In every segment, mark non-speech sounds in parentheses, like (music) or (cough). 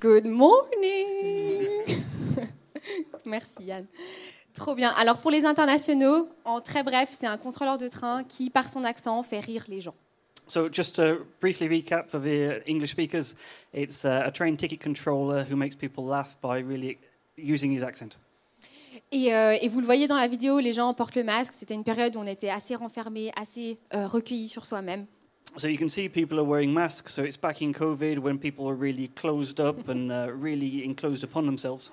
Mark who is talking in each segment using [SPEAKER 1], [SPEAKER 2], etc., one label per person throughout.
[SPEAKER 1] Good morning. (laughs) Merci Yann. Trop bien. Alors pour les internationaux, en très bref, c'est un contrôleur de train qui, par son accent, fait rire les gens.
[SPEAKER 2] So, just to briefly recap for the uh, English speakers, it's uh, a train ticket controller who makes people laugh by really using his accent.
[SPEAKER 1] Et, euh, et vous le voyez dans la vidéo, les gens portent le masque. C'était une période où on était assez renfermés, assez euh, recueillis sur soi-même.
[SPEAKER 2] So, you can see people are wearing masks, so it's back in COVID when people are really closed up and uh, really enclosed upon themselves.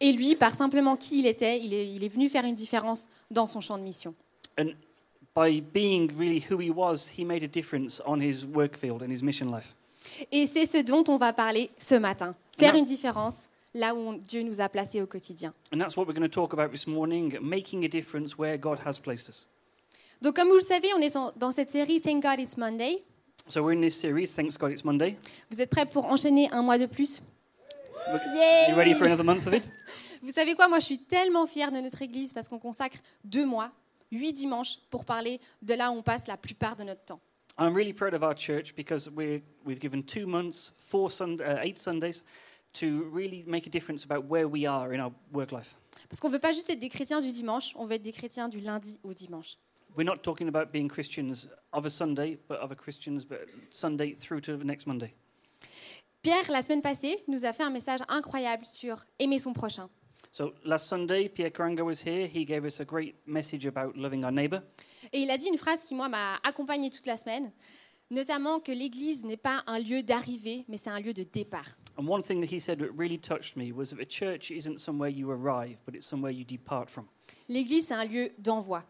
[SPEAKER 1] Et lui, par simplement qui il était, il est, il est venu faire une différence dans son champ de mission.
[SPEAKER 2] And by being really who he was, he made a difference on his work field and his mission life.
[SPEAKER 1] Et c'est ce dont on va parler ce matin. Faire
[SPEAKER 2] Non.
[SPEAKER 1] une différence là où on- Dieu nous a placés au quotidien.
[SPEAKER 2] And that's what we're going to talk about this morning making a difference where God has placed us.
[SPEAKER 1] Donc comme vous le savez, on est sans- dans cette série Thank God It's Monday.
[SPEAKER 2] So, we're in this series, Thanks God It's Monday.
[SPEAKER 1] Vous êtes prêts pour enchaîner un mois de plus
[SPEAKER 2] You ready for another month of it?
[SPEAKER 1] Vous savez quoi Moi, je suis tellement fière de notre Église parce qu'on consacre deux mois, huit dimanches, pour parler de là où on passe la plupart de notre temps.
[SPEAKER 2] I'm really proud of our church because we're, we've given two months, four Sun uh, eight Sundays, to really make a difference about where we are in our work life.
[SPEAKER 1] Parce qu'on veut pas juste être des chrétiens du dimanche, on veut être des chrétiens du lundi au dimanche.
[SPEAKER 2] We're not talking about being Christians of a Sunday, but other Christians, but Sunday through to the next Monday.
[SPEAKER 1] Pierre, la semaine passée, nous a fait un message incroyable sur aimer son prochain.
[SPEAKER 2] So last Sunday, Pierre Karango was here. He gave us a great message about loving our neighbour.
[SPEAKER 1] Et il a dit une phrase qui, moi, m'a accompagnée toute la semaine, notamment que l'Église n'est pas un lieu d'arrivée, mais c'est un lieu de départ.
[SPEAKER 2] And one thing that he said that really touched me was that a church isn't somewhere you arrive, but it's somewhere you depart from.
[SPEAKER 1] L'Église, c'est un lieu d'envoi.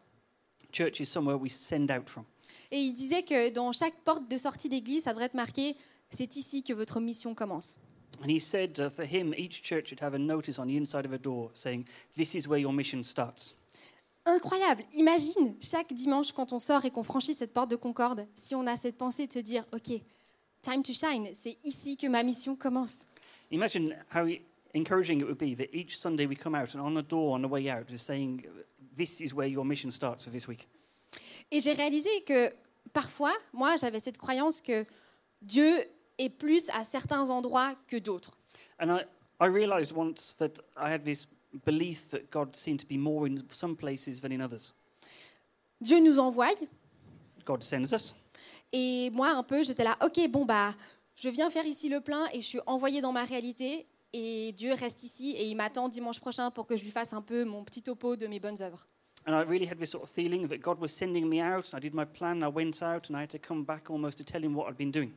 [SPEAKER 2] Church is somewhere we send out from.
[SPEAKER 1] Et il disait que dans chaque porte de sortie d'église, ça devrait être marqué c'est ici que votre mission commence.
[SPEAKER 2] And he said uh, for him, each church should have a notice on the inside of a door saying, This is where your mission starts.
[SPEAKER 1] Incroyable Imagine chaque dimanche quand on sort et qu'on franchit cette porte de Concorde, si on a cette pensée de se dire OK, time to shine, c'est ici que ma mission commence.
[SPEAKER 2] Imagine how e-, encouraging it would be that each Sunday we come out and on the door on the way out is saying, This is where your mission starts for this week.
[SPEAKER 1] Et j'ai réalisé que parfois, moi, j'avais cette croyance que Dieu est plus à certains endroits que d'autres.
[SPEAKER 2] And I, I realized once that I had this belief that God seemed to be more in some places than in others.
[SPEAKER 1] Dieu nous envoie
[SPEAKER 2] God sends us.
[SPEAKER 1] et moi un peu, j'étais là OK, bon bah je viens faire ici le plein et je suis envoyée dans ma réalité et Dieu reste ici et il m'attend dimanche prochain pour que je lui fasse un peu mon petit topo de mes bonnes œuvres.
[SPEAKER 2] And I really had this sort of feeling that God was sending me out. I did my plan, I went out, and I had to come back almost to tell him what I'd been doing.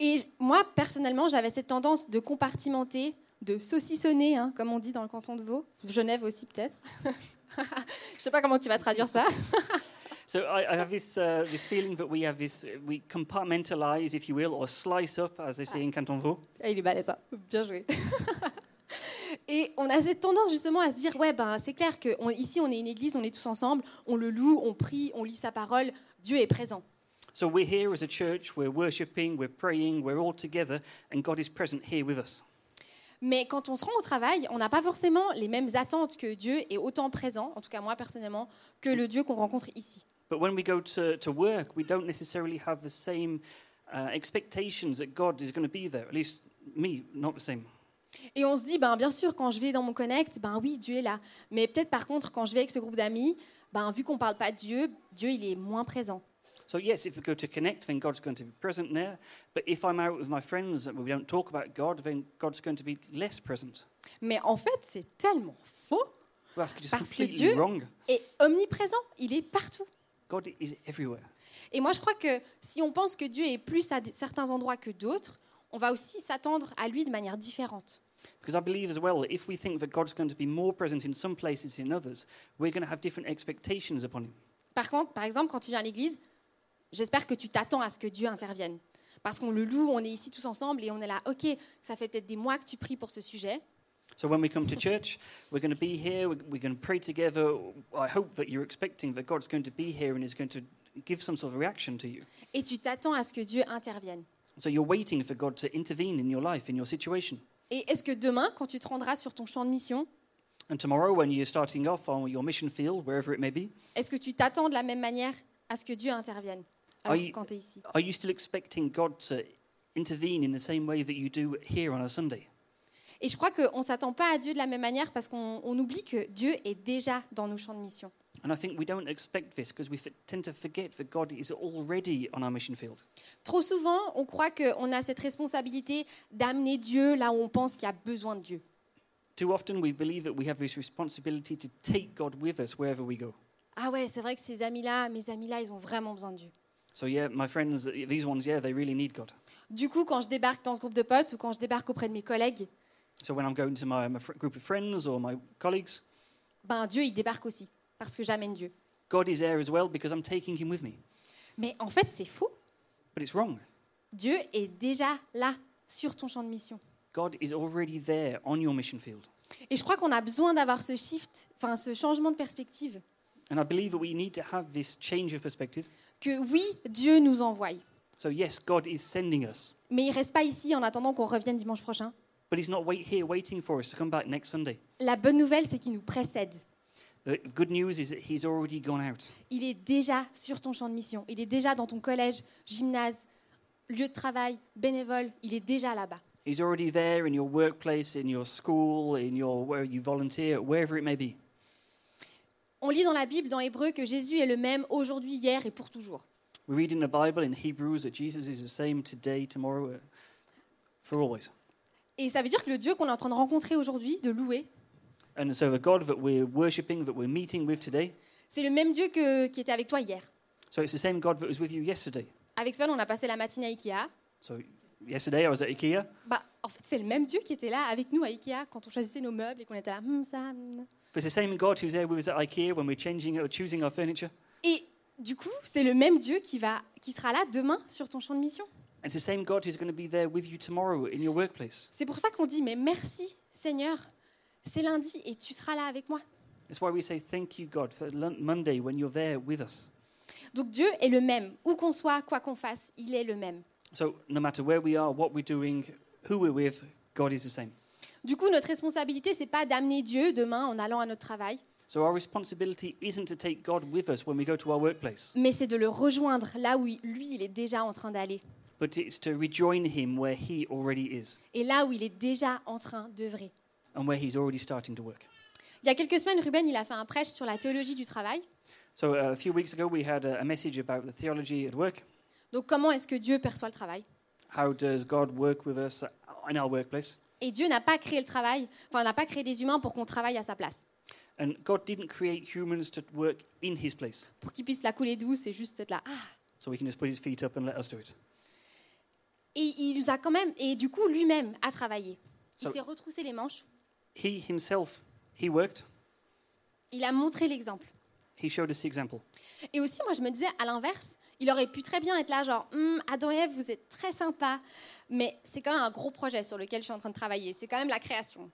[SPEAKER 1] Et moi, personnellement, j'avais cette tendance de compartimenter, de saucissonner, hein, comme on dit dans le canton de Vaud, Genève aussi peut-être. (laughs) Je sais pas comment tu vas traduire ça.
[SPEAKER 2] So I, I have this uh, this feeling that we have this we compartmentalize, if you will, or slice up, as they say in Canton Vaud.
[SPEAKER 1] Ah, il est balèze, ça. Bien joué. (laughs) Et on a cette tendance justement à se dire, ouais, ben c'est clair que on- ici on est une église, on est tous ensemble, on le loue, on prie, on lit sa parole, Dieu est présent.
[SPEAKER 2] So we're here as a church, we're worshiping, we're praying, we're all together, and God is present here with us.
[SPEAKER 1] Mais quand on se rend au travail, on n'a pas forcément les mêmes attentes que Dieu est autant présent, en tout cas moi personnellement, que le Dieu qu'on rencontre ici.
[SPEAKER 2] But when we go to, to work, we don't necessarily have the same uh, expectations that God is going to be there. At least me, not the same.
[SPEAKER 1] Et on se dit, ben bien sûr, quand je vais dans mon connect, ben oui, Dieu est là. Mais peut-être par contre, quand je vais avec ce groupe d'amis, ben vu qu'on parle pas de Dieu, Dieu il est moins présent.
[SPEAKER 2] So yes, if we go to connect, then God's going to be present there. But if I'm out with my friends and we don't talk about God, then God's going to be less present.
[SPEAKER 1] Mais en fait, c'est tellement faux
[SPEAKER 2] Well, that's just
[SPEAKER 1] Parce que
[SPEAKER 2] completely
[SPEAKER 1] Dieu-
[SPEAKER 2] wrong.
[SPEAKER 1] et omniprésent, il est partout.
[SPEAKER 2] God is everywhere.
[SPEAKER 1] Et moi, je crois que si on pense que Dieu est plus à des- certains endroits que d'autres, on va aussi s'attendre à lui de manière différente.
[SPEAKER 2] Because I believe as well that if we think that God's going to be more present in some places than in others, we're going to have different expectations upon Him.
[SPEAKER 1] Par contre, par exemple, quand tu viens à l'église, j'espère que tu t'attends à ce que Dieu intervienne. Parce qu'on le loue, on est ici tous ensemble et on est là, ok, ça fait peut-être des mois que tu pries pour ce sujet.
[SPEAKER 2] So when we come to church, we're going to be here, we're, we're going to pray together. I hope that you're expecting that God's going to be here and is going to give some sort of reaction to you.
[SPEAKER 1] Et tu t'attends à ce que Dieu intervienne.
[SPEAKER 2] So you're waiting for God to intervene in your life, in your situation.
[SPEAKER 1] Et est-ce que demain, quand tu te rendras sur ton champ de mission,
[SPEAKER 2] And tomorrow, when you're starting off on your mission field, wherever it may be,
[SPEAKER 1] est-ce que tu t'attends de la même manière à ce que Dieu intervienne alors,
[SPEAKER 2] Oui.
[SPEAKER 1] quand tu es ici
[SPEAKER 2] are you still expecting God to intervene in the same way that you do here on a Sunday.
[SPEAKER 1] Et je crois qu'on ne s'attend pas à Dieu de la même manière parce qu'on on oublie que Dieu est déjà dans nos champs de mission.
[SPEAKER 2] And I think we don't expect this because we f- tend to forget that God is already on our mission field.
[SPEAKER 1] Trop souvent, on croit qu'on a cette responsabilité d'amener Dieu là où on pense qu'il y a besoin de Dieu.
[SPEAKER 2] Too often we believe that we have this responsibility to take God with us wherever we go.
[SPEAKER 1] Ah ouais, c'est vrai que ces amis-là, mes amis-là, ils ont vraiment besoin de Dieu.
[SPEAKER 2] So, yeah, my friends, these ones, yeah, they really need God.
[SPEAKER 1] Du coup, quand je débarque dans ce groupe de potes ou quand je débarque auprès de mes collègues,
[SPEAKER 2] So, when I'm going to my, my fr- group of friends or my colleagues,
[SPEAKER 1] ben Dieu, il débarque aussi parce que j'amène Dieu.
[SPEAKER 2] God is there as well because I'm taking him with me.
[SPEAKER 1] Mais en fait, c'est faux.
[SPEAKER 2] But it's wrong.
[SPEAKER 1] Dieu est déjà là sur ton champ de mission.
[SPEAKER 2] God is already there on your mission field.
[SPEAKER 1] Et je crois qu'on a besoin d'avoir ce shift, enfin ce changement de perspective,
[SPEAKER 2] And I believe that we need to have this change of perspective.
[SPEAKER 1] que oui, Dieu nous envoie,
[SPEAKER 2] So, yes, God is sending us,
[SPEAKER 1] mais il reste pas ici en attendant qu'on revienne dimanche prochain.
[SPEAKER 2] but he's not wait here waiting for us to come back next Sunday.
[SPEAKER 1] La bonne nouvelle, c'est qu'il nous précède.
[SPEAKER 2] The good news is that he's already gone out.
[SPEAKER 1] Il est déjà sur ton champ de mission, il est déjà dans ton collège, gymnase, lieu de travail, bénévole, il est déjà là-bas.
[SPEAKER 2] He's already there in your workplace, in your school, in your where you volunteer, wherever it may be.
[SPEAKER 1] On lit dans la Bible, dans Hébreu, que Jésus est le même aujourd'hui, hier et pour toujours.
[SPEAKER 2] We read in the Bible in Hebrews that Jesus is the same today, tomorrow, uh, for always.
[SPEAKER 1] Et ça veut dire que le Dieu qu'on est en train de rencontrer aujourd'hui, de louer,
[SPEAKER 2] And so the God that we're worshiping, that we're meeting with today,
[SPEAKER 1] c'est le même Dieu que- qui était avec toi hier.
[SPEAKER 2] so it's the same God that was with you yesterday.
[SPEAKER 1] Avec Sven, on a passé la matinée à Ikea.
[SPEAKER 2] So yesterday I was at IKEA.
[SPEAKER 1] Bah, en fait, c'est le même Dieu qui était là avec nous à Ikea quand on choisissait nos meubles et qu'on était là, Hum, ça. hum.
[SPEAKER 2] But it's the same God who's there with us at IKEA when we're changing or choosing our furniture.
[SPEAKER 1] Et du coup, c'est le même Dieu qui, va, qui sera là demain sur ton champ de mission.
[SPEAKER 2] And it's the same God who's going to be there with you tomorrow in your workplace.
[SPEAKER 1] C'est pour ça qu'on dit, mais merci Seigneur, c'est lundi et tu seras là avec moi.
[SPEAKER 2] That's why we say thank you, God, for Lon- Monday when you're there with us.
[SPEAKER 1] Donc Dieu est le même, où qu'on soit, quoi qu'on fasse, il est le même.
[SPEAKER 2] So no matter where we are, what we're doing, who we're with, God is the same.
[SPEAKER 1] Du coup, notre responsabilité, c'est pas d'amener Dieu demain en allant à notre travail,
[SPEAKER 2] So our responsibility isn't to take God with us when we go to our workplace,
[SPEAKER 1] mais c'est de le rejoindre là où il- lui, il est déjà en train d'aller
[SPEAKER 2] but it's to rejoin him where he already is
[SPEAKER 1] et là où il est déjà en train d'œuvrer.
[SPEAKER 2] and where he's already starting to work.
[SPEAKER 1] Il y a quelques semaines, Ruben, il a fait un prêche sur la théologie du travail.
[SPEAKER 2] So uh, a few weeks ago we had a, a message about the theology at work.
[SPEAKER 1] Donc comment est-ce que Dieu perçoit le travail
[SPEAKER 2] How does God work with us in our workplace?
[SPEAKER 1] Et Dieu n'a pas créé le travail, enfin n'a pas créé des humains pour qu'on travaille à sa place,
[SPEAKER 2] And God didn't create humans to work in his place.
[SPEAKER 1] pour qu'ils puissent la couler douce et juste être là. Ah
[SPEAKER 2] So he can just put his feet up and let us do it.
[SPEAKER 1] Et il nous a quand même, et du coup lui-même a travaillé. Il
[SPEAKER 2] Ça-
[SPEAKER 1] s'est retroussé les manches,
[SPEAKER 2] He himself, he worked.
[SPEAKER 1] il a montré l'exemple.
[SPEAKER 2] He showed us the example.
[SPEAKER 1] Et aussi, moi, je me disais, à l'inverse, il aurait pu très bien être là, genre, Hum, Adam et Ève, vous êtes très sympas, mais c'est quand même un gros projet sur lequel je suis en train de travailler. C'est quand même la création.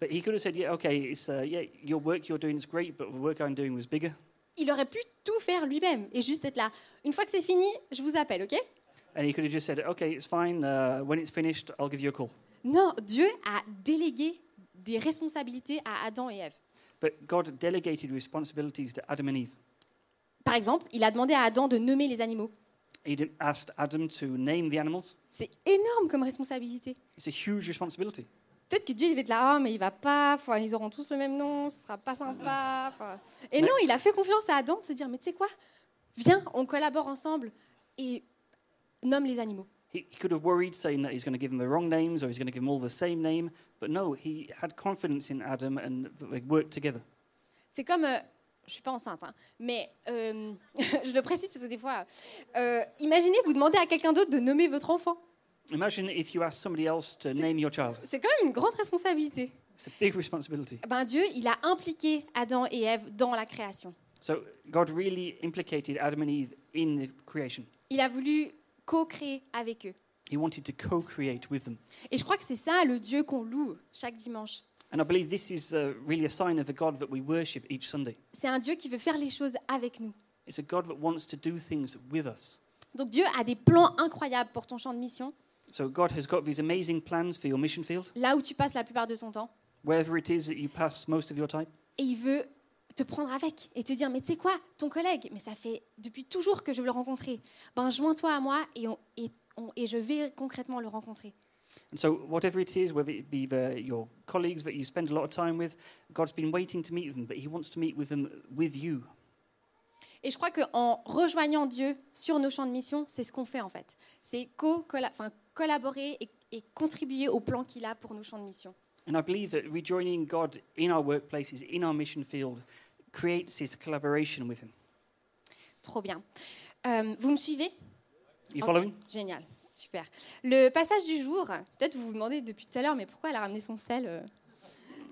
[SPEAKER 2] But he could have said, "Yeah, okay, it's uh, yeah, your work you're doing is great, but the work I'm doing was bigger."
[SPEAKER 1] Il aurait pu tout faire lui-même et juste être là. Une fois que c'est fini, je vous appelle, ok
[SPEAKER 2] And he could have just said, "Okay, it's fine. Uh, when it's finished, I'll give you a call."
[SPEAKER 1] Non, Dieu a délégué des responsabilités à Adam et Ève.
[SPEAKER 2] But God delegated responsibilities to Adam and Eve.
[SPEAKER 1] Par exemple, il a demandé à Adam de nommer les animaux.
[SPEAKER 2] He didn't- asked Adam to name the animals.
[SPEAKER 1] C'est énorme comme responsabilité.
[SPEAKER 2] It's a huge responsibility.
[SPEAKER 1] Peut-être que Dieu devait être là, Ah, mais il va pas, enfin, ils auront tous le même nom, ce sera pas sympa. enfin. Et
[SPEAKER 2] Mais-
[SPEAKER 1] non, il a fait confiance à Adam de se dire, mais tu sais quoi, viens, on collabore ensemble et nomme les animaux.
[SPEAKER 2] He, he could have worried, saying that he's going to give them the wrong names or he's going to give them all the same name. But no, he had confidence in Adam and that they worked together.
[SPEAKER 1] C'est comme, euh, je suis pas enceinte, hein, mais euh, (laughs) je le précise parce que des fois, euh, imaginez, vous demandez à quelqu'un d'autre de nommer votre enfant.
[SPEAKER 2] Imagine if you asked somebody else to name your child.
[SPEAKER 1] C'est quand même une grande responsabilité.
[SPEAKER 2] It's a big responsibility.
[SPEAKER 1] Ben Dieu, il a impliqué Adam et Ève dans la création.
[SPEAKER 2] So God really implicated Adam and Eve in the creation.
[SPEAKER 1] Il a voulu co-créer avec eux.
[SPEAKER 2] He wanted to co-create with them.
[SPEAKER 1] Et je crois que c'est ça le Dieu qu'on loue chaque dimanche.
[SPEAKER 2] And I believe this is uh, really a sign of the God that we worship each Sunday.
[SPEAKER 1] C'est un Dieu qui veut faire les choses avec nous.
[SPEAKER 2] It's a God that wants to do things with us.
[SPEAKER 1] Donc Dieu a des plans incroyables pour ton champ de mission,
[SPEAKER 2] So God has got these amazing plans for your mission field,
[SPEAKER 1] là où tu passes la plupart de ton temps.
[SPEAKER 2] wherever it is that you pass most of your time.
[SPEAKER 1] Et il veut te prendre avec et te dire, mais tu sais quoi, ton collègue, mais ça fait depuis toujours que je veux le rencontrer. Ben joins-toi à moi et on, et on- et je vais concrètement le rencontrer.
[SPEAKER 2] And so, whatever it is, whether it be the, your colleagues that you spend a lot of time with, God's been waiting to meet with them, but He wants to meet with them with you.
[SPEAKER 1] Et je crois qu'en rejoignant Dieu sur nos champs de mission, c'est ce qu'on fait en fait. C'est co- colla- enfin, collaborer et, et contribuer au plan qu'il a pour nos champs de mission.
[SPEAKER 2] And I believe that rejoining God in our workplaces, in our mission field, creates this collaboration with Him.
[SPEAKER 1] Trop bien. Euh, vous me suivez
[SPEAKER 2] You
[SPEAKER 1] Ok,
[SPEAKER 2] following?
[SPEAKER 1] Génial, super. Le passage du jour, peut-être vous vous demandez depuis tout à l'heure, mais pourquoi elle a ramené son sel euh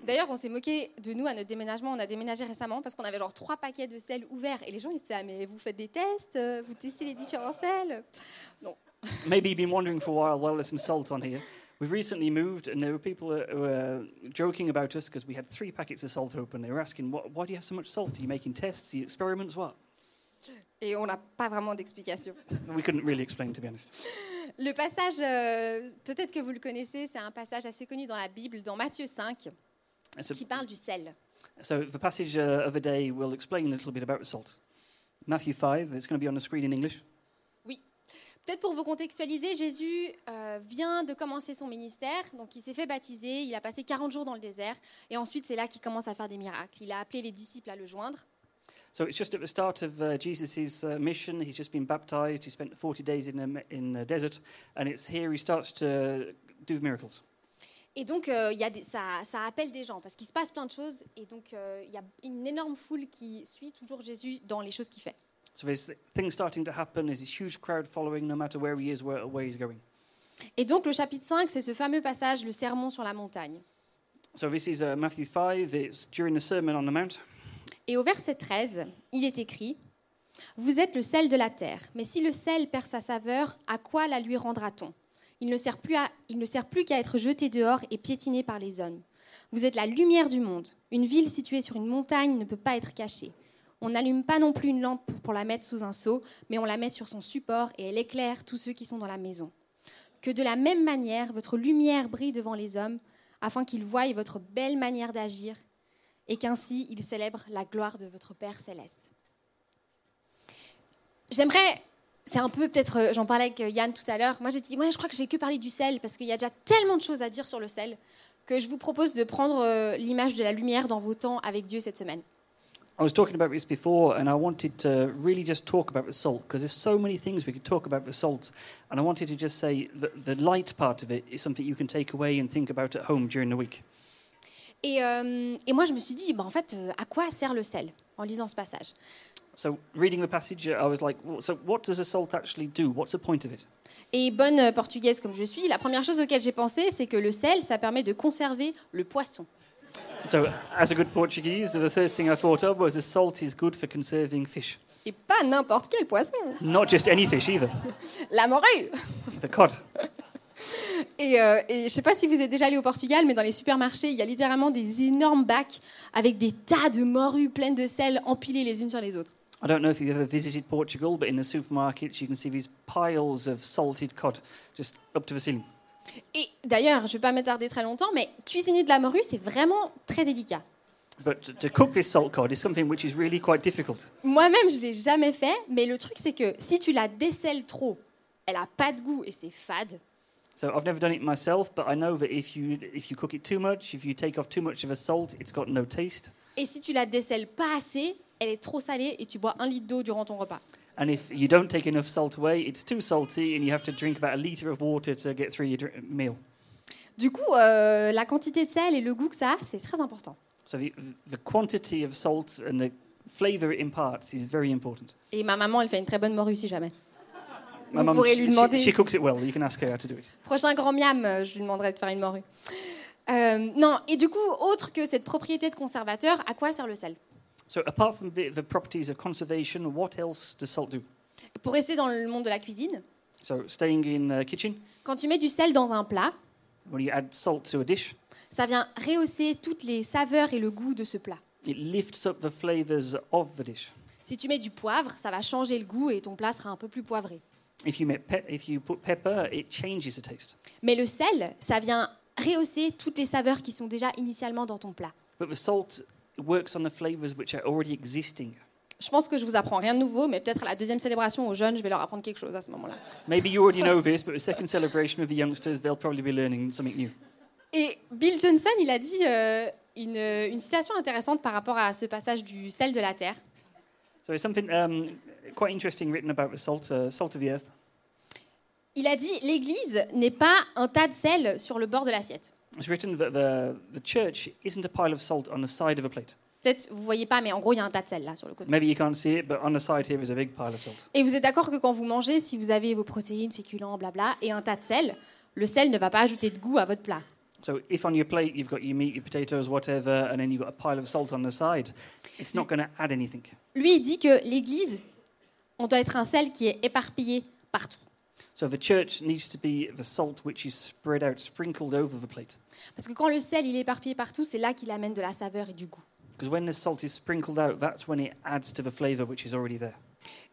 [SPEAKER 1] D'ailleurs, on s'est moqué de nous à notre déménagement. On a déménagé récemment parce qu'on avait genre trois paquets de sel ouverts et les gens ils étaient là, mais vous faites des tests, euh, vous testez les différents sels.
[SPEAKER 2] Maybe you've been wondering for a while. Well, there's some salt on here. We've recently moved, and there were people who were joking about us because we had three packets of salt open. They were asking, "Why- "Why do you have so much salt? Are you making tests? Are you experiments? What?"
[SPEAKER 1] Et on n'a pas vraiment d'explication.
[SPEAKER 2] We couldn't really explain, to be honest.
[SPEAKER 1] Le passage, euh, peut-être que vous le connaissez, c'est un passage assez connu dans la Bible, dans Matthieu 5,
[SPEAKER 2] And So,
[SPEAKER 1] qui parle du sel.
[SPEAKER 2] so the passage uh, of the day will explain a little bit about salt. Matthew five. It's going to be on the screen in English.
[SPEAKER 1] Peut-être pour vous contextualiser, Jésus euh, vient de commencer son ministère, donc il s'est fait baptiser, il a passé 40 jours dans le désert, et ensuite c'est là qu'il commence à faire des miracles. Il a appelé les disciples à le joindre.
[SPEAKER 2] So it's just at the start of uh, Jesus' uh, mission. He's just been baptized. He spent 40 days in the, me- in the desert, and it's here he starts to do miracles.
[SPEAKER 1] Et donc euh, il y a des- ça, ça appelle des gens, parce qu'il se passe plein de choses, et donc euh, il y a une énorme foule qui suit toujours Jésus dans les choses qu'il fait.
[SPEAKER 2] So there's things starting to happen. There's this huge crowd following, no matter where he is, where, where he's going.
[SPEAKER 1] Et donc le chapitre 5, c'est ce fameux passage, le sermon sur la montagne.
[SPEAKER 2] So this is uh, Matthew 5. It's during the Sermon on the Mount.
[SPEAKER 1] Et au verset 13, il est écrit Vous êtes le sel de la terre, mais si le sel perd sa saveur, à quoi la lui rendra-t-on Il ne sert plus à- il ne sert plus qu'à être jeté dehors et piétiné par les hommes. Vous êtes la lumière du monde. Une ville située sur une montagne ne peut pas être cachée. On n'allume pas non plus une lampe pour- pour la mettre sous un seau, mais on la met sur son support et elle éclaire tous ceux qui sont dans la maison. Que de la même manière, votre lumière brille devant les hommes, afin qu'ils voient votre belle manière d'agir et qu'ainsi il célèbre la gloire de votre Père céleste. J'aimerais, c'est un peu peut-être, euh, j'en parlais avec euh, Yann tout à l'heure, moi j'ai dit, ouais, je crois que je vais que parler du sel, parce qu'il y a déjà tellement de choses à dire sur le sel, que je vous propose de prendre euh, l'image de la lumière dans vos temps avec Dieu cette semaine.
[SPEAKER 2] I was talking about this before, and I wanted to really just talk about the salt because there's so many things we could talk about the salt. And I wanted to just say that the light part of it is something you can take away and think about at home during the week.
[SPEAKER 1] Et, euh, et moi je me suis dit, bah, en fait, euh, à quoi sert le sel en lisant ce passage
[SPEAKER 2] So reading the passage, uh, I was like, well, so what does the salt actually do? What's the point of it?
[SPEAKER 1] Et bonne euh, portugaise comme je suis, la première chose auquel j'ai pensé, c'est que le sel, ça permet de conserver le poisson.
[SPEAKER 2] So as a good Portuguese, the first thing I thought of was the salt is good for conserving fish.
[SPEAKER 1] Et pas n'importe quel poisson,
[SPEAKER 2] Not just any fish either,
[SPEAKER 1] la morue
[SPEAKER 2] the cod.
[SPEAKER 1] Et, euh, et je ne sais pas si vous êtes déjà allé au Portugal, mais dans les supermarchés, il y a littéralement des énormes bacs avec des tas de morues pleines de sel empilées les unes sur les autres.
[SPEAKER 2] I don't know if you've ever visited Portugal, but in the supermarkets you can see these piles of salted cod just up to the ceiling.
[SPEAKER 1] Et d'ailleurs, je ne vais pas m'attarder très longtemps, mais cuisiner de la morue, c'est vraiment très délicat.
[SPEAKER 2] But to- to cook this salt cod is something which is really quite difficult.
[SPEAKER 1] Moi-même, je ne l'ai jamais fait, mais le truc, c'est que si tu la décèles trop, elle n'a pas de goût et c'est fade.
[SPEAKER 2] So I've never done it myself, but I know that if you if you cook it too much, if you take off too much of a salt, it's got no taste.
[SPEAKER 1] Et si tu la décèles pas assez, elle est trop salée et tu bois un litre d'eau durant ton repas.
[SPEAKER 2] And if you don't take enough salt away, it's too salty, and you have to drink about a liter of water to get through your dr- meal.
[SPEAKER 1] Du coup, euh, la quantité de sel et le goût que ça a, c'est très important.
[SPEAKER 2] So the the quantity of salt and the flavour it imparts is very important.
[SPEAKER 1] Et ma maman, elle fait une très bonne morue si jamais.
[SPEAKER 2] My
[SPEAKER 1] Vous
[SPEAKER 2] mum,
[SPEAKER 1] pourrez lui
[SPEAKER 2] she-
[SPEAKER 1] demander.
[SPEAKER 2] she cooks it well. You can ask her how to do it.
[SPEAKER 1] Prochain grand miam, euh, je lui demanderai de faire une morue. Euh, non, et du coup, autre que cette propriété de conservateur, à quoi sert le sel
[SPEAKER 2] So, apart from the, the properties of conservation, what else does salt do?
[SPEAKER 1] Pour rester dans le monde de la cuisine,
[SPEAKER 2] So, staying in a kitchen,
[SPEAKER 1] quand tu mets du sel dans un plat,
[SPEAKER 2] when you add salt to a dish,
[SPEAKER 1] ça vient rehausser toutes les saveurs et le goût de ce plat.
[SPEAKER 2] it lifts up the flavors of the dish.
[SPEAKER 1] Si tu mets du poivre, ça va changer le goût et ton plat sera un peu plus poivré.
[SPEAKER 2] If you, make pe- if you put pepper, it changes the taste.
[SPEAKER 1] Mais le sel, ça vient rehausser toutes les saveurs qui sont déjà initialement dans ton plat.
[SPEAKER 2] But the salt works on the flavors which are already existing.
[SPEAKER 1] Je pense que je vous apprends rien de nouveau, mais peut-être à la deuxième célébration aux jeunes, je vais leur apprendre quelque chose à ce moment-là.
[SPEAKER 2] Maybe you already know this, but the second celebration of the youngsters, they'll probably be learning something new.
[SPEAKER 1] Et Bill Johnson, il a dit euh, une, une citation intéressante par rapport à ce passage du sel de la terre.
[SPEAKER 2] So there's something um, quite interesting written about the salt, uh, salt of the earth.
[SPEAKER 1] Il a dit L'Église n'est pas un tas de sel sur le bord de l'assiette.
[SPEAKER 2] It's written that the, the church isn't a pile of salt on the side of a plate.
[SPEAKER 1] Peut-être vous voyez pas, mais en gros, il y a un tas de sel là sur le côté.
[SPEAKER 2] Maybe you can't see it, but on the side here is a big pile of salt.
[SPEAKER 1] Et vous êtes d'accord que quand vous mangez, si vous avez vos protéines, féculents, blabla, et un tas de sel, le sel ne va pas ajouter de goût à votre plat.
[SPEAKER 2] So if on your plate you've got your meat, your potatoes, whatever, and then you've got a pile of salt on the side, it's not going to add anything.
[SPEAKER 1] Lui, il dit que l'Église, on doit être un sel qui est éparpillé partout.
[SPEAKER 2] So the church needs to be the salt which is spread out, sprinkled over the plate.
[SPEAKER 1] Parce que quand le sel il est éparpillé partout, c'est là qu'il amène de la saveur et du goût.
[SPEAKER 2] Because when the salt is sprinkled out, that's when it adds to the flavour which is already there.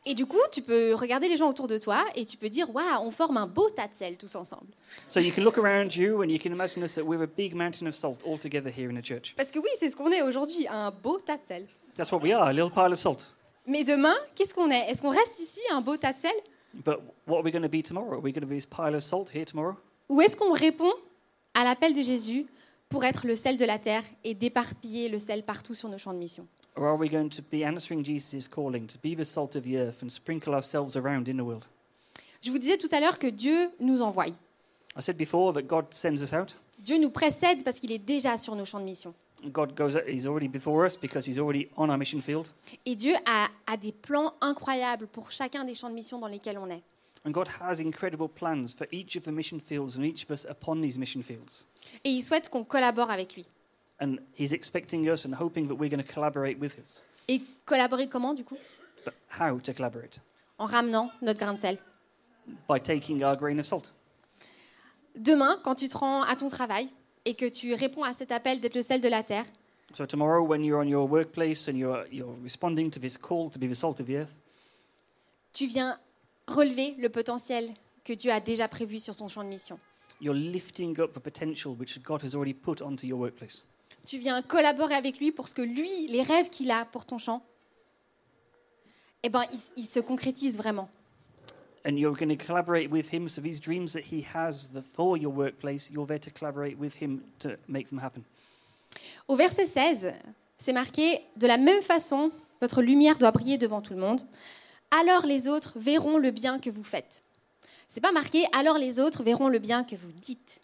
[SPEAKER 1] Et du coup, tu peux regarder les gens autour de toi et tu peux dire Waouh, on forme un beau tas de sel tous ensemble.
[SPEAKER 2] So you can look around you and you can imagine us that we're a big mountain of salt all together here in the church.
[SPEAKER 1] Parce que oui, c'est ce qu'on est aujourd'hui, un beau tas de sel.
[SPEAKER 2] That's what we are, a little pile of salt.
[SPEAKER 1] Mais demain, qu'est-ce qu'on est Est-ce qu'on reste ici, un beau tas de sel
[SPEAKER 2] But what are we going to be tomorrow? Are we going to be this pile of salt here tomorrow?
[SPEAKER 1] Ou est-ce qu'on répond à l'appel de Jésus pour être le sel de la terre et d'éparpiller le sel partout sur nos champs de mission
[SPEAKER 2] Or are we going to be answering Jesus' calling to be the salt of the earth and sprinkle ourselves around in the world?
[SPEAKER 1] Je vous disais tout à l'heure que Dieu nous envoie.
[SPEAKER 2] I said before that God sends us out.
[SPEAKER 1] Dieu nous précède parce qu'il est déjà sur nos champs de mission.
[SPEAKER 2] God goes out, He's already before us because He's already on our mission field.
[SPEAKER 1] Et Dieu a, a des plans incroyables pour chacun des champs de mission dans lesquels on est.
[SPEAKER 2] And God has incredible plans for each of the mission fields and each of us upon these mission fields.
[SPEAKER 1] Et il souhaite qu'on collabore avec lui.
[SPEAKER 2] And He's expecting us and hoping that we're going to collaborate with us.
[SPEAKER 1] Et collaborer comment du coup
[SPEAKER 2] But how to collaborate?
[SPEAKER 1] En ramenant notre grain de sel.
[SPEAKER 2] By taking our grain of salt.
[SPEAKER 1] Demain, quand tu te rends à ton travail et que tu réponds à cet appel d'être le sel de la terre,
[SPEAKER 2] So tomorrow, when you're on your workplace and you're, you're responding to this call to be the salt of the earth,
[SPEAKER 1] tu viens relever le potentiel que Dieu a déjà prévu sur son champ de mission.
[SPEAKER 2] you're lifting up the potential which God has already put onto your workplace.
[SPEAKER 1] Tu viens collaborer avec lui pour ce que lui, les rêves qu'il a pour ton champ, eh ben, ils ils se concrétisent vraiment.
[SPEAKER 2] And you're going to collaborate with Him. So these dreams that He has the- for your workplace, you're there to collaborate with Him to make them happen.
[SPEAKER 1] Au verset 16, c'est marqué De la même façon, votre lumière doit briller devant tout le monde. Alors les autres verront le bien que vous faites. C'est pas marqué Alors les autres verront le bien que vous dites.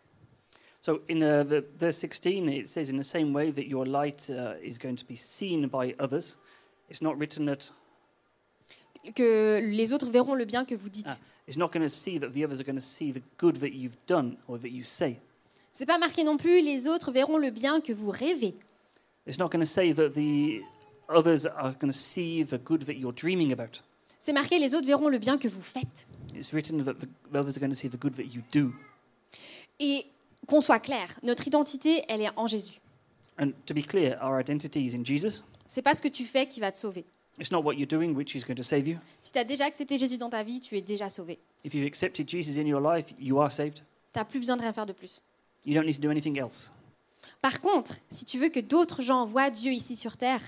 [SPEAKER 2] So in uh, the, verse 16, it says, in the same way that your light uh, is going to be seen by others, it's not written that
[SPEAKER 1] Que les autres verront le bien que vous dites.
[SPEAKER 2] Ah. it's not going to see that the others are going to see the good that you've done or that you say.
[SPEAKER 1] C'est pas marqué non plus Les autres verront le bien que vous rêvez.
[SPEAKER 2] It's not going to say that the others are going to see the good that you're dreaming about.
[SPEAKER 1] C'est marqué Les autres verront le bien que vous faites.
[SPEAKER 2] It's written that the the others are going to see the good that you do.
[SPEAKER 1] Et qu'on soit clair, notre identité, elle est en Jésus.
[SPEAKER 2] And to be clear, our identity is in Jesus.
[SPEAKER 1] C'est pas ce que tu fais qui va te sauver.
[SPEAKER 2] It's not what you're doing which is going to save you.
[SPEAKER 1] Si tu as déjà accepté Jésus dans ta vie, tu es déjà sauvé.
[SPEAKER 2] If you've accepted Jesus in your life, you are saved.
[SPEAKER 1] Tu plus besoin de rien faire de plus.
[SPEAKER 2] You don't need to do anything else.
[SPEAKER 1] Par contre, si tu veux que d'autres gens voient Dieu ici sur terre,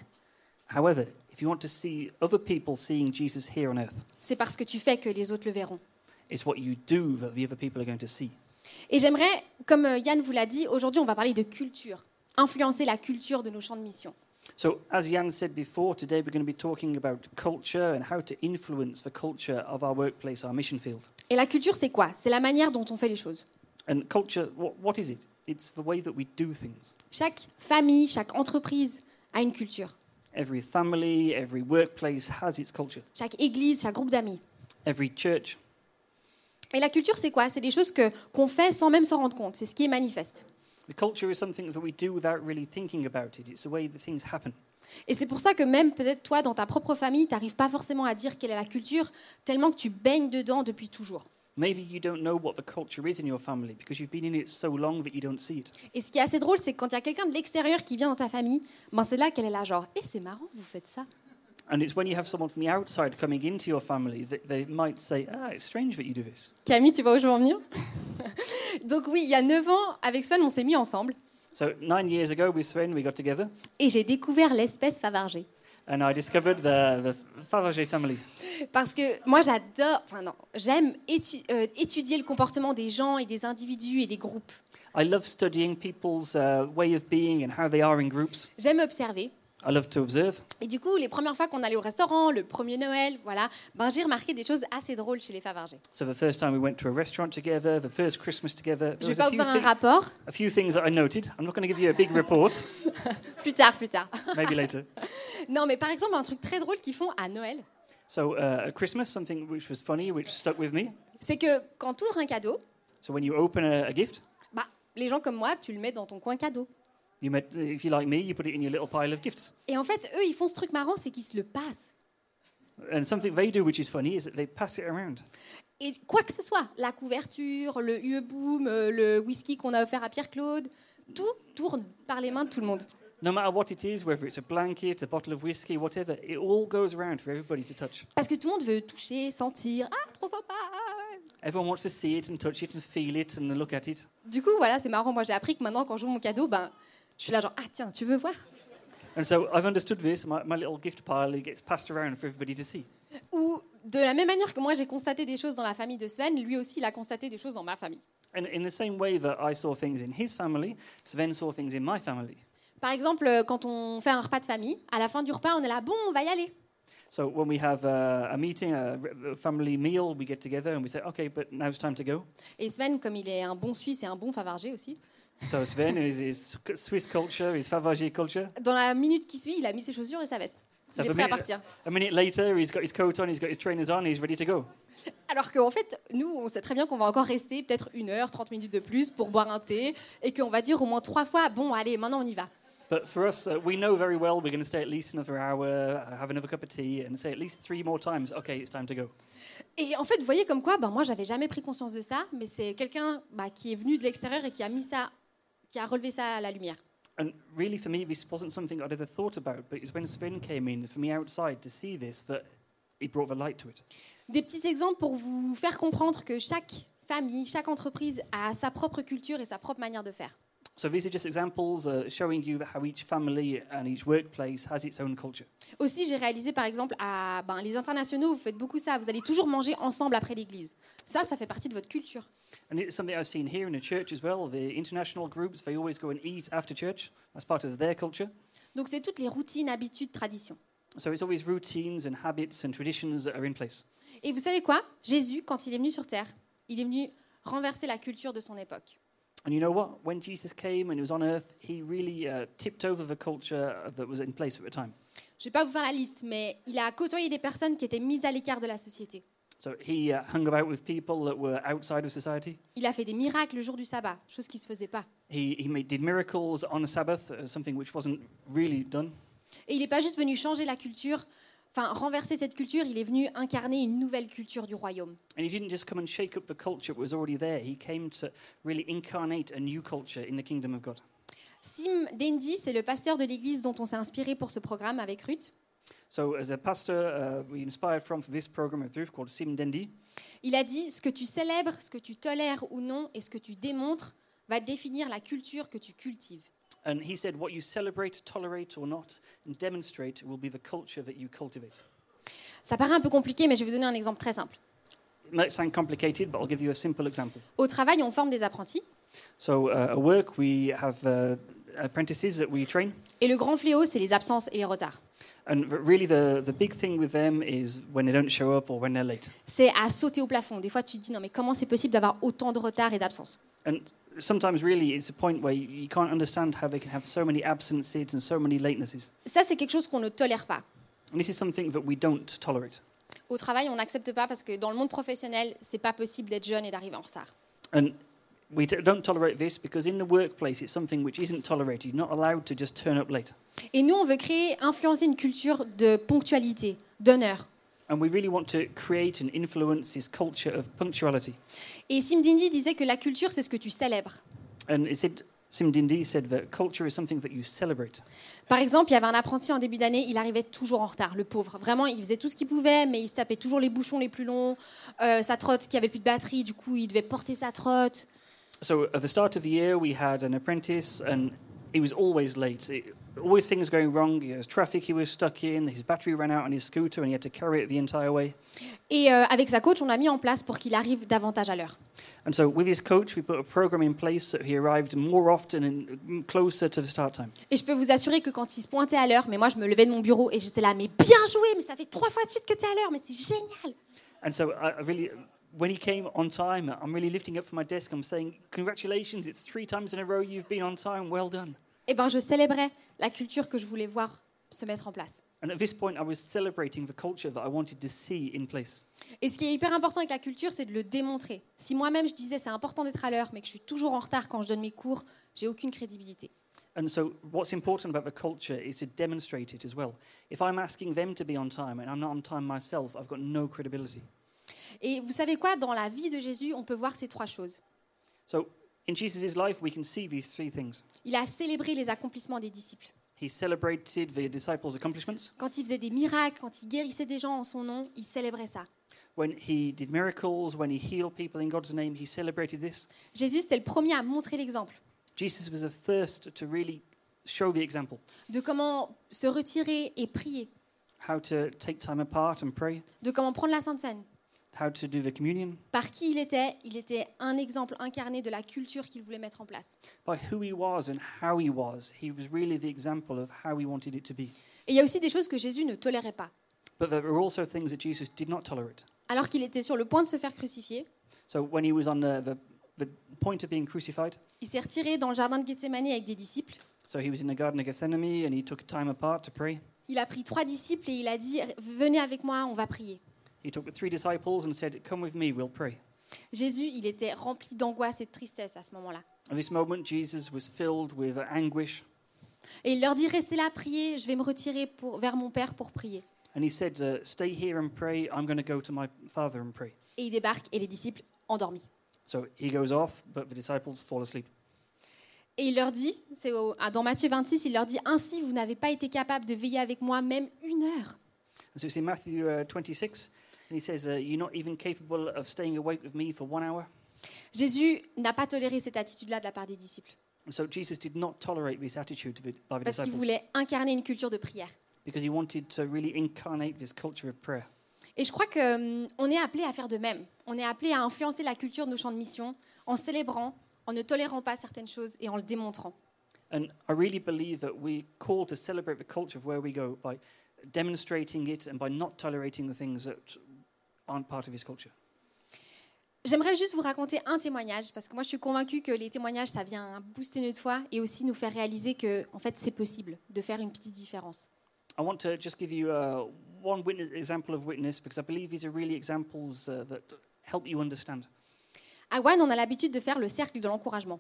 [SPEAKER 2] However, if you want to see other people seeing Jesus here on earth,
[SPEAKER 1] c'est parce que tu fais que les autres le verront.
[SPEAKER 2] it's what you do that the other people are going to see.
[SPEAKER 1] Et j'aimerais, comme euh, Yann vous l'a dit, aujourd'hui on va parler de culture, influencer la culture de nos champs de mission.
[SPEAKER 2] So, as Jan said before, today we're going to be talking about culture and how to influence the culture of our workplace, our mission field.
[SPEAKER 1] Et la culture, c'est quoi C'est la manière dont on fait les choses.
[SPEAKER 2] And culture, what, what is it? It's the way that we do things.
[SPEAKER 1] Chaque famille, chaque entreprise a une culture.
[SPEAKER 2] Every family, every workplace has its culture.
[SPEAKER 1] Chaque église, chaque groupe d'amis.
[SPEAKER 2] Every church.
[SPEAKER 1] Et la culture, c'est quoi C'est des choses que- qu'on fait sans même s'en rendre compte. C'est ce qui est manifeste.
[SPEAKER 2] The culture is something that we do without really thinking about it. It's the way that things happen.
[SPEAKER 1] Et c'est pour ça que même peut-être toi, dans ta propre famille, tu n'arrives pas forcément à dire quelle est la culture, tellement que tu baignes dedans depuis toujours.
[SPEAKER 2] Maybe you don't know what the culture is in your family because you've been in it so long that you don't see it.
[SPEAKER 1] Et ce qui est assez drôle, c'est que quand il y a quelqu'un de l'extérieur qui vient dans ta famille, ben c'est là qu'elle est là, genre, eh, c'est marrant, vous faites ça.
[SPEAKER 2] And it's when you have someone from the outside coming into your family that they might say, Ah, it's strange that you do this.
[SPEAKER 1] Camille, tu vois où je veux en venir (laughs) Donc oui, il y a 9 ans, avec Swan, on s'est mis ensemble
[SPEAKER 2] So, nine years ago with Sven, we got together
[SPEAKER 1] et j'ai découvert l'espèce Favargé.
[SPEAKER 2] and I discovered the, the Fabergé family.
[SPEAKER 1] Parce que moi, j'adore, enfin non, j'aime étu- euh, étudier le comportement des gens et des individus et des groupes.
[SPEAKER 2] I love studying people's uh, way of being and how they are in groups.
[SPEAKER 1] J'aime observer.
[SPEAKER 2] I love to observe.
[SPEAKER 1] Et du coup, les premières fois qu'on allait au restaurant, le premier Noël, voilà, ben, j'ai remarqué des choses assez drôles chez les Favargés.
[SPEAKER 2] So the first time we went to a restaurant together, the first Christmas together,
[SPEAKER 1] Je
[SPEAKER 2] there
[SPEAKER 1] ne vais
[SPEAKER 2] was a
[SPEAKER 1] pas vous
[SPEAKER 2] few,
[SPEAKER 1] faire un
[SPEAKER 2] thi-
[SPEAKER 1] rapport,
[SPEAKER 2] a few things that I noted. I'm not going to give you a big report,
[SPEAKER 1] plus tard, plus tard. (laughs)
[SPEAKER 2] maybe later.
[SPEAKER 1] Non, mais par exemple, un truc très drôle qu'ils font à Noël,
[SPEAKER 2] So uh, at Christmas, something which was funny, which stuck with me.
[SPEAKER 1] c'est que quand tu ouvres un cadeau,
[SPEAKER 2] So when you open a, a gift,
[SPEAKER 1] bah, les gens comme moi, tu le mets dans ton coin cadeau.
[SPEAKER 2] you met, if you like me, you put it in your little pile of gifts.
[SPEAKER 1] Et en fait, eux, ils font ce truc marrant, c'est qu'ils se le passent.
[SPEAKER 2] And something they do which is funny is that they pass it around.
[SPEAKER 1] Et quoi que ce soit, la couverture, le UE-Boom, euh, le whisky qu'on a offert à Pierre-Claude, tout tourne par les mains de tout le monde.
[SPEAKER 2] No matter what it is, whether it's a blanket, a bottle of whiskey, whatever, it all goes around for everybody to touch.
[SPEAKER 1] Parce que tout le monde veut toucher, sentir. Ah, trop sympa ah, ouais.
[SPEAKER 2] Everyone wants to see it and touch it and feel it and look at it.
[SPEAKER 1] Du coup, voilà, c'est marrant. Moi, j'ai appris que maintenant, quand j'ouvre mon cadeau, ben, je suis là genre, ah tiens, tu veux voir
[SPEAKER 2] And so I've understood this. My, my little gift pile it gets passed around for everybody to see.
[SPEAKER 1] Ou de la même manière que moi, j'ai constaté des choses dans la famille de Sven, lui aussi, il a constaté des choses dans ma famille.
[SPEAKER 2] And in the same way that I saw things in his family, Sven saw things in my family.
[SPEAKER 1] Par exemple, euh, quand on fait un repas de famille, à la fin du repas, on est là, bon, on va y aller.
[SPEAKER 2] So when we have a, a meeting, a, re- a family meal, we get together and we say, okay, but now it's time to go.
[SPEAKER 1] Et Sven, comme il est un bon Suisse et un bon Favargé aussi,
[SPEAKER 2] So Sven, and his, his Swiss culture, his Fabergé culture,
[SPEAKER 1] dans la minute qui suit, il a mis ses chaussures et sa veste.
[SPEAKER 2] Ça
[SPEAKER 1] Il est
[SPEAKER 2] fait
[SPEAKER 1] prêt à
[SPEAKER 2] bien-
[SPEAKER 1] partir.
[SPEAKER 2] a minute later, he's got his coat on, he's got his trainers on, he's ready to go.
[SPEAKER 1] Alors qu'en fait, nous, on sait très bien qu'on va encore rester peut-être une heure, 30 minutes de plus pour boire un thé et qu'on va dire au moins trois fois, bon, allez, maintenant on y va.
[SPEAKER 2] But for us, uh, we know very well we're going to stay at least another hour, have another cup of tea, and say at least three more times, okay, it's time to go.
[SPEAKER 1] Et en fait, vous voyez comme quoi, ben moi, j'avais jamais pris conscience de ça, mais c'est quelqu'un bah, qui est venu de l'extérieur et qui a mis ça, qui a relevé ça à la lumière.
[SPEAKER 2] And really, for me, this wasn't something I'd ever thought about, but it's when Sven came in for me outside to see this that he brought the light to it.
[SPEAKER 1] Des petits exemples pour vous faire comprendre que chaque famille, chaque entreprise a sa propre culture et sa propre manière de faire.
[SPEAKER 2] So these are just examples uh, showing you how each family and each workplace has its own culture.
[SPEAKER 1] Aussi, j'ai réalisé par exemple à ben, les internationaux, vous faites beaucoup ça, vous allez toujours manger ensemble après l'église. Ça, ça fait partie de votre culture.
[SPEAKER 2] And it's something I've seen here in the church as well. The international groups, they always go and eat after church. That's part of their culture.
[SPEAKER 1] Donc, c'est toutes les routines, habitudes, traditions.
[SPEAKER 2] So it's always routines and habits and traditions that are in place.
[SPEAKER 1] Et vous savez quoi Jésus, quand il est venu sur terre, il est venu renverser la culture de son époque.
[SPEAKER 2] And you know what? When Jesus came and he was on earth, he really uh, tipped over the culture that was in place at the time.
[SPEAKER 1] Je vais pas vous faire la liste, mais il a côtoyé des personnes qui étaient mises à l'écart de la société.
[SPEAKER 2] So he uh, hung about with people that were outside of society.
[SPEAKER 1] Il a fait des miracles le jour du sabbat, chose qui se faisait pas.
[SPEAKER 2] He, he made, did miracles on the Sabbath, uh, something which wasn't really done.
[SPEAKER 1] Et il n'est pas juste venu changer la culture, enfin renverser cette culture, il est venu incarner une nouvelle culture du royaume.
[SPEAKER 2] And he didn't just come and shake up the culture that was already there. He came to really incarnate a new culture in the kingdom of God.
[SPEAKER 1] Sim Dendi, c'est le pasteur de l'église dont on s'est inspiré pour ce programme avec Ruth.
[SPEAKER 2] So, as a pastor, uh, we inspired from for this program of Ruth called Sim Dendi.
[SPEAKER 1] Il a dit ce que tu célèbres, ce que tu tolères ou non et ce que tu démontres va définir la culture que tu cultives.
[SPEAKER 2] And he said, What you celebrate, tolerate, or not, and demonstrate will be the culture that you cultivate.
[SPEAKER 1] Ça paraît un peu compliqué, mais je vais vous donner un exemple très simple.
[SPEAKER 2] It might sound complicated, but I'll give you a simple example.
[SPEAKER 1] Au travail, on forme des apprentis.
[SPEAKER 2] So, uh, at work, we have uh, apprentices that we train.
[SPEAKER 1] Et le grand fléau, c'est les absences et les retards.
[SPEAKER 2] And r- really, the, the big thing with them is when they don't show up or when they're late.
[SPEAKER 1] C'est à sauter au plafond. Des fois, tu te dis non, mais comment c'est possible d'avoir autant de retards et d'absences
[SPEAKER 2] And sometimes, really, it's a point where you you can't understand how they can have so many absences and so many latenesses.
[SPEAKER 1] Ça, c'est quelque chose qu'on ne tolère pas.
[SPEAKER 2] And this is something that we don't tolerate.
[SPEAKER 1] Au travail, on n'accepte pas parce que dans le monde professionnel, c'est pas possible d'être jeune et d'arriver en retard.
[SPEAKER 2] And we t- don't tolerate this because in the workplace, it's something which isn't tolerated. You're not allowed to just turn up late.
[SPEAKER 1] Et nous, on veut créer, influencer une culture de ponctualité, d'honneur.
[SPEAKER 2] And we really want to create and influence this culture of punctuality.
[SPEAKER 1] Et Sim Dindi disait que la culture, c'est ce que tu célèbres.
[SPEAKER 2] And it said, Sim Dindi said that culture is something that you celebrate.
[SPEAKER 1] Par exemple, il y avait un apprenti en début d'année, il arrivait toujours en retard, le pauvre. Vraiment, il faisait tout ce qu'il pouvait, mais il se tapait toujours les bouchons les plus longs, euh, sa trotte qui avait plus de batterie, du coup, il devait porter sa trotte.
[SPEAKER 2] So at the start of the year, we had an apprentice, and he was always late. It- always things going wrong. He was traffic he was stuck in. His battery ran out on his scooter, and he had to carry it the entire way.
[SPEAKER 1] Et euh, avec sa coach, on a mis en place pour qu'il arrive davantage à l'heure.
[SPEAKER 2] And so, with his coach, we put a program in place so he arrived more often and closer to the start time.
[SPEAKER 1] Et je peux vous assurer que quand il se pointait à l'heure, mais moi je me levais de mon bureau et j'étais là, mais bien joué, mais ça fait trois fois de suite que tu es à l'heure, mais c'est génial.
[SPEAKER 2] And so, I I really, when he came on time, I'm really lifting up from my desk. I'm saying, "Congratulations! It's three times in a row you've been on time. Well done."
[SPEAKER 1] Eh ben, je célébrais la culture que je voulais voir se mettre en place.
[SPEAKER 2] And at this point, I was celebrating the culture that I wanted to see in place.
[SPEAKER 1] Et ce qui est hyper important avec la culture, c'est de le démontrer. Si moi-même je disais c'est important d'être à l'heure, mais que je suis toujours en retard quand je donne mes cours, j'ai aucune crédibilité.
[SPEAKER 2] And so, what's important about the culture is to demonstrate it as well. If I'm asking them to be on time and I'm not on time myself, I've got no credibility.
[SPEAKER 1] Et vous savez quoi Dans la vie de Jésus, on peut voir ces trois choses.
[SPEAKER 2] So, in Jesus' life, we can see these three things.
[SPEAKER 1] Il a célébré les accomplissements des disciples.
[SPEAKER 2] He celebrated the disciples' accomplishments.
[SPEAKER 1] Quand il faisait des miracles, quand il guérissait des gens en son nom, il célébrait ça.
[SPEAKER 2] When he did miracles, when he healed people in God's name, he celebrated this.
[SPEAKER 1] Jésus, c'était le premier à montrer l'exemple
[SPEAKER 2] Jesus was athirst to really show the example
[SPEAKER 1] de comment se retirer et prier,
[SPEAKER 2] how to take time apart and pray,
[SPEAKER 1] de comment prendre la Sainte Seine.
[SPEAKER 2] how to do the communion,
[SPEAKER 1] Par qui il était, il était un exemple incarné de la culture qu'il voulait mettre en place.
[SPEAKER 2] by who he was and how he was. He was really the example of how he wanted it to be.
[SPEAKER 1] Et il y a aussi des choses que Jésus ne tolérait pas.
[SPEAKER 2] But there were also things that Jesus did not tolerate.
[SPEAKER 1] Alors qu'il était sur le point de se faire crucifier,
[SPEAKER 2] So when he was on the, the, the point of being crucified,
[SPEAKER 1] il s'est retiré dans le jardin de Gethsemane avec des disciples.
[SPEAKER 2] so he was in the Garden of Gethsemane and he took time apart to pray.
[SPEAKER 1] Il a pris trois disciples et il a dit Venez avec moi, on va prier.
[SPEAKER 2] He took the three disciples and said, Come with me, we'll pray.
[SPEAKER 1] Jésus, il était rempli d'angoisse et de tristesse à ce moment-là.
[SPEAKER 2] At this moment, Jesus was filled with anguish
[SPEAKER 1] Et il leur dit Restez là, priez, je vais me retirer pour, vers mon Père pour prier.
[SPEAKER 2] and he said, uh, Stay here and pray. I'm going to go to my Father and pray.
[SPEAKER 1] Et il débarque et les disciples endormis.
[SPEAKER 2] So he goes off, but the disciples fall asleep.
[SPEAKER 1] Et il leur dit, c'est au- ah, dans Matthieu 26, il leur dit Ainsi, vous n'avez pas été capable de veiller avec moi même une heure.
[SPEAKER 2] And so it's in Matthew uh, 26, and he says, uh, You're not even capable of staying awake with me for one hour.
[SPEAKER 1] Jésus n'a pas toléré cette attitude-là de la part des disciples,
[SPEAKER 2] And so Jesus did not tolerate this attitude of it by the
[SPEAKER 1] parce qu'il
[SPEAKER 2] disciples
[SPEAKER 1] voulait incarner une culture de prière.
[SPEAKER 2] because he wanted to really incarnate this culture of prayer.
[SPEAKER 1] Et je crois qu'on est appelé à faire de même. On est appelé à influencer la culture de nos champs de mission en célébrant, en ne tolérant pas certaines choses et en le démontrant.
[SPEAKER 2] And I really believe that we call to celebrate the culture of where we go by demonstrating it and by not tolerating the things that aren't part of his culture.
[SPEAKER 1] J'aimerais juste vous raconter un témoignage, parce que moi je suis convaincue que les témoignages, ça vient booster notre foi et aussi nous faire réaliser que, en fait, c'est possible de faire une petite différence.
[SPEAKER 2] I want to just give you uh, one witness, example of witness because I believe these are really examples uh, that help you understand.
[SPEAKER 1] À One, on a l'habitude de faire le cercle de l'encouragement.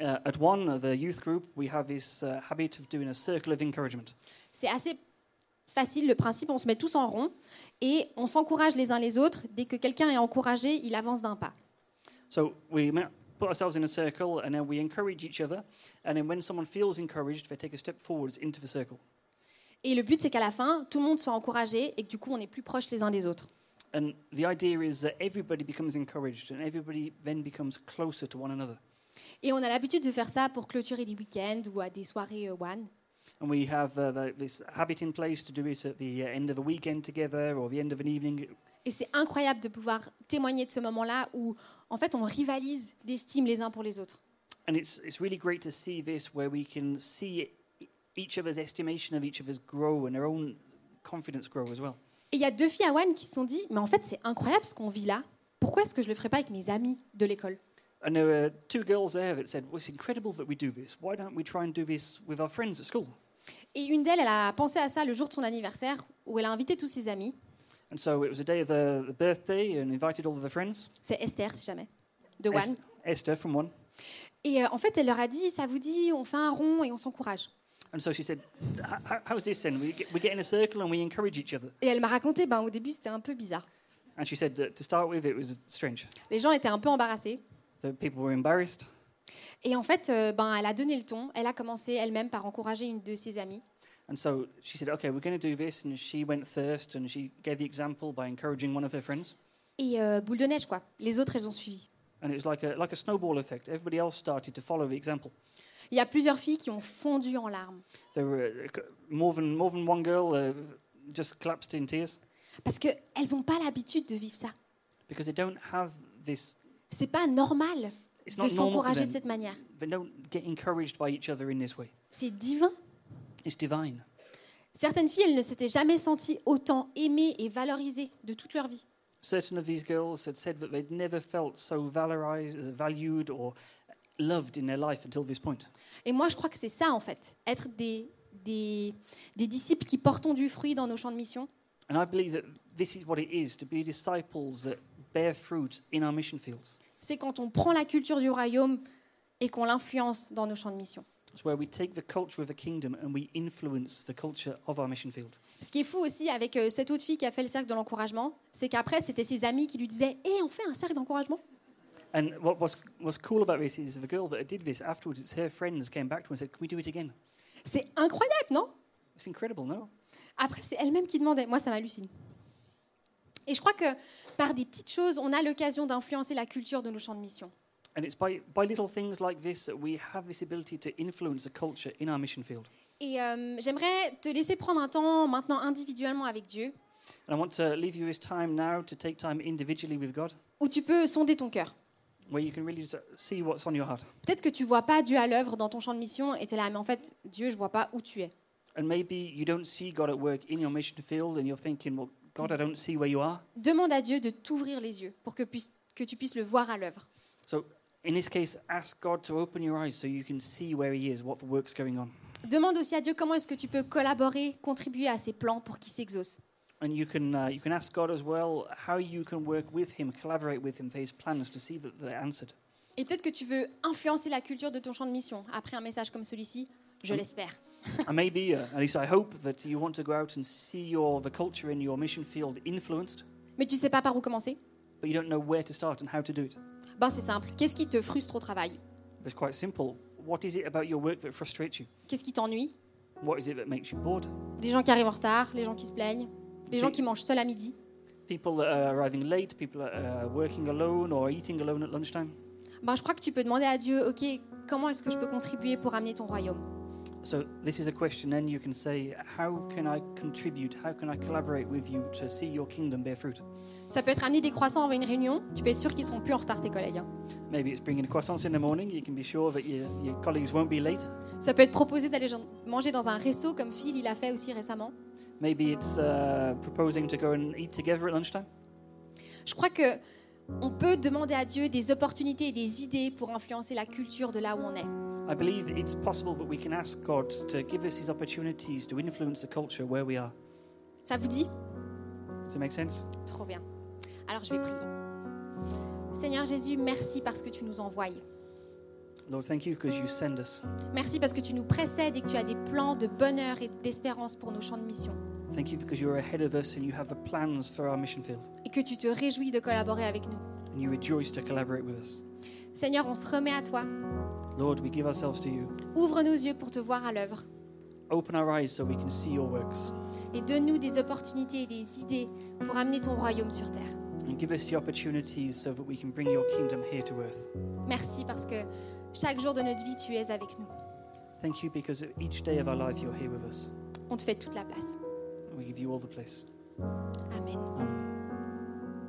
[SPEAKER 2] Uh, at one, uh, the youth group, we have this uh, habit of doing a circle of encouragement.
[SPEAKER 1] C'est assez facile le principe, on se met tous en rond et on s'encourage les uns les autres. Dès que quelqu'un est encouragé, il avance d'un pas.
[SPEAKER 2] So we ma- put ourselves in a circle and then we encourage each other. And then when someone feels encouraged, they take a step forwards into the circle.
[SPEAKER 1] Et le but, c'est qu'à la fin, tout le monde soit encouragé et que du coup, on est plus proches les uns des autres.
[SPEAKER 2] And the idea is that everybody becomes encouraged and everybody then becomes closer to one another.
[SPEAKER 1] Et on a l'habitude de faire ça pour clôturer des week-ends ou à des soirées euh, One.
[SPEAKER 2] And we have uh, the, this habit in place to do this at the uh, end of a weekend together or the end of an evening.
[SPEAKER 1] Et c'est incroyable de pouvoir témoigner de ce moment-là où, en fait, on rivalise d'estime les uns pour les autres.
[SPEAKER 2] And it's, it's really great to see this where we can see e- each other's estimation of each of us grow and our own confidence grow as well.
[SPEAKER 1] Et il y a deux filles à One qui se sont dit, mais en fait, c'est incroyable ce qu'on vit là. Pourquoi est-ce que je le ferais pas avec mes amis de l'école
[SPEAKER 2] And there were two girls there that said, Well, it's incredible that we do this. Why don't we try and do this with our friends at school?
[SPEAKER 1] Et une d'elles, elle a pensé à ça le jour de son anniversaire, où elle a invité tous ses amis.
[SPEAKER 2] And so it was a day of the, the birthday and invited all of the friends,
[SPEAKER 1] C'est Esther, si jamais, de
[SPEAKER 2] Es-
[SPEAKER 1] One.
[SPEAKER 2] Esther from one.
[SPEAKER 1] Et euh, en fait, elle leur a dit, ça vous dit, on fait un rond et on s'encourage.
[SPEAKER 2] And so she said, "H- h- How's this then? We get, we get in a circle and we encourage each other.
[SPEAKER 1] Et elle m'a raconté, ben, au début, c'était un peu bizarre.
[SPEAKER 2] And she said, that To start with, it was strange.
[SPEAKER 1] Les gens étaient un peu embarrassés.
[SPEAKER 2] The people were embarrassed.
[SPEAKER 1] Et en fait, euh, ben, elle a donné le ton. Elle a commencé elle-même par encourager une de ses amies.
[SPEAKER 2] And so she said, Okay, we're going to do this. And she went first and she gave the example by encouraging one of her friends.
[SPEAKER 1] Et euh, boule de neige, quoi. Les autres, elles ont suivi.
[SPEAKER 2] And it was like a, like a snowball effect. Everybody else started to follow the example.
[SPEAKER 1] Il y a plusieurs filles qui ont fondu en larmes
[SPEAKER 2] There were uh, c- more than, more than one girl uh, just collapsed in tears
[SPEAKER 1] parce qu'elles n'ont pas l'habitude de vivre ça.
[SPEAKER 2] because they don't have this.
[SPEAKER 1] C'est pas normal
[SPEAKER 2] It's
[SPEAKER 1] de
[SPEAKER 2] not normal for
[SPEAKER 1] s'encourager de
[SPEAKER 2] them.
[SPEAKER 1] cette manière.
[SPEAKER 2] They don't get encouraged by each other in this way.
[SPEAKER 1] C'est divin.
[SPEAKER 2] It's divine.
[SPEAKER 1] Certaines filles, elles ne s'étaient jamais senties autant aimées et valorisées de toute leur vie.
[SPEAKER 2] Certain of these girls had said that they'd never felt so valorized, valued, or loved in their life until this point.
[SPEAKER 1] Et moi, je crois que c'est ça, en fait, être des, des, des disciples qui portons du fruit dans nos champs de mission.
[SPEAKER 2] And I believe that this is what it is to be disciples that bear fruit in our mission fields.
[SPEAKER 1] C'est quand on prend la culture du royaume et qu'on l'influence dans nos champs de mission.
[SPEAKER 2] It's where we take the culture of the kingdom and we influence the culture of our mission field.
[SPEAKER 1] Ce qui est fou aussi avec euh, cette autre fille qui a fait le cercle de l'encouragement, c'est qu'après, c'était ses amis qui lui disaient Eh, on fait un cercle d'encouragement
[SPEAKER 2] And what was what's cool about this is the girl that did this afterwards, it's her friends came back to her and said, "Can we do it again?"
[SPEAKER 1] C'est incroyable, non
[SPEAKER 2] It's incredible, no?
[SPEAKER 1] Après, c'est elle-même qui demandait. Moi, ça m'hallucine. Et je crois que par des petites choses, on a l'occasion d'influencer la culture de nos champs de mission.
[SPEAKER 2] And it's by by little things like this that we have this ability to influence the culture in our mission field.
[SPEAKER 1] Et euh, j'aimerais te laisser prendre un temps maintenant individuellement avec Dieu,
[SPEAKER 2] And I want to leave you this time now to take time individually with God,
[SPEAKER 1] où tu peux sonder ton cœur.
[SPEAKER 2] where you can really just see what's on your heart.
[SPEAKER 1] Peut-être que tu vois pas Dieu à l'œuvre dans ton champ de mission et tu es là, mais en fait, Dieu, je vois pas où tu es.
[SPEAKER 2] And maybe you don't see God at work in your mission field, and you're thinking, "Well, God, I don't see where you are."
[SPEAKER 1] Demande à Dieu de t'ouvrir les yeux pour que, puisse- que tu puisses le voir à l'œuvre.
[SPEAKER 2] So in this case, ask God to open your eyes so you can see where He is, what work's going on,
[SPEAKER 1] Demande aussi à Dieu comment est-ce que tu peux collaborer, contribuer à ses plans pour qu'ils s'exaucent.
[SPEAKER 2] and you can uh, you can ask God as well how you can work with Him, collaborate with Him for His plans to see that they're answered.
[SPEAKER 1] Et peut-être que tu veux influencer la culture de ton champ de mission après un message comme celui-ci, je
[SPEAKER 2] Mm.
[SPEAKER 1] l'espère.
[SPEAKER 2] and maybe, uh, at least I hope, that you want to go out and see your the culture in your mission field influenced,
[SPEAKER 1] Mais tu sais pas par où commencer
[SPEAKER 2] but you don't know where to start and how to do it.
[SPEAKER 1] Ben c'est simple. Qu'est-ce qui te frustre au travail
[SPEAKER 2] It's quite simple. What is it about your work that frustrates you?
[SPEAKER 1] Qu'est-ce qui t'ennuie
[SPEAKER 2] What is it that makes you bored?
[SPEAKER 1] Les gens qui arrivent en retard, les gens qui se plaignent, les gens
[SPEAKER 2] Pe-
[SPEAKER 1] qui mangent seuls à midi.
[SPEAKER 2] people that are arriving late, people that are working alone or eating alone at lunchtime.
[SPEAKER 1] Ben, je crois que tu peux demander à Dieu, ok, comment est-ce que je peux contribuer pour amener ton royaume
[SPEAKER 2] So this is a question then you can say, how can I contribute? How can I collaborate with you to see your kingdom bear fruit?
[SPEAKER 1] Ça peut être amener des croissants avant une réunion, tu peux être sûr qu'ils seront plus en retard tes collègues. hein.
[SPEAKER 2] Maybe it's bringing croissants in the morning. You can be sure that your, your colleagues won't be late.
[SPEAKER 1] Ça peut être proposer d'aller gen- manger dans un resto comme Phil, il l'a fait aussi récemment.
[SPEAKER 2] Maybe it's uh, proposing to go and eat together at lunchtime.
[SPEAKER 1] Je crois que on peut demander à Dieu des opportunités et des idées pour influencer la culture de là où on est.
[SPEAKER 2] I believe it's possible that we can ask God to give us His opportunities to influence the culture where we are.
[SPEAKER 1] Ça vous dit
[SPEAKER 2] Does it make sense?
[SPEAKER 1] Trop bien. Alors je vais prier. Seigneur Jésus, merci parce que tu nous envoies.
[SPEAKER 2] Lord, thank you because you send us.
[SPEAKER 1] Merci parce que tu nous précèdes et que tu as des plans de bonheur et d'espérance pour nos champs de mission.
[SPEAKER 2] Thank you because you're ahead of us and you have the plans for our mission field.
[SPEAKER 1] Et que tu te réjouis de collaborer avec nous.
[SPEAKER 2] and you rejoice to collaborate with us.
[SPEAKER 1] Seigneur, on se remet à toi.
[SPEAKER 2] Lord, we give ourselves to you.
[SPEAKER 1] Ouvre nos yeux pour te voir à l'œuvre.
[SPEAKER 2] Open our eyes so we can see your works
[SPEAKER 1] Et donne-nous des opportunités et des idées pour amener ton royaume sur terre.
[SPEAKER 2] and give us the opportunities so that we can bring your kingdom here to earth.
[SPEAKER 1] Merci parce que chaque jour de notre vie, tu es avec nous.
[SPEAKER 2] Thank you because of each day of our life you're here with us.
[SPEAKER 1] On te fait toute la place.
[SPEAKER 2] And we give you all the place.
[SPEAKER 1] Amen.
[SPEAKER 2] Amen.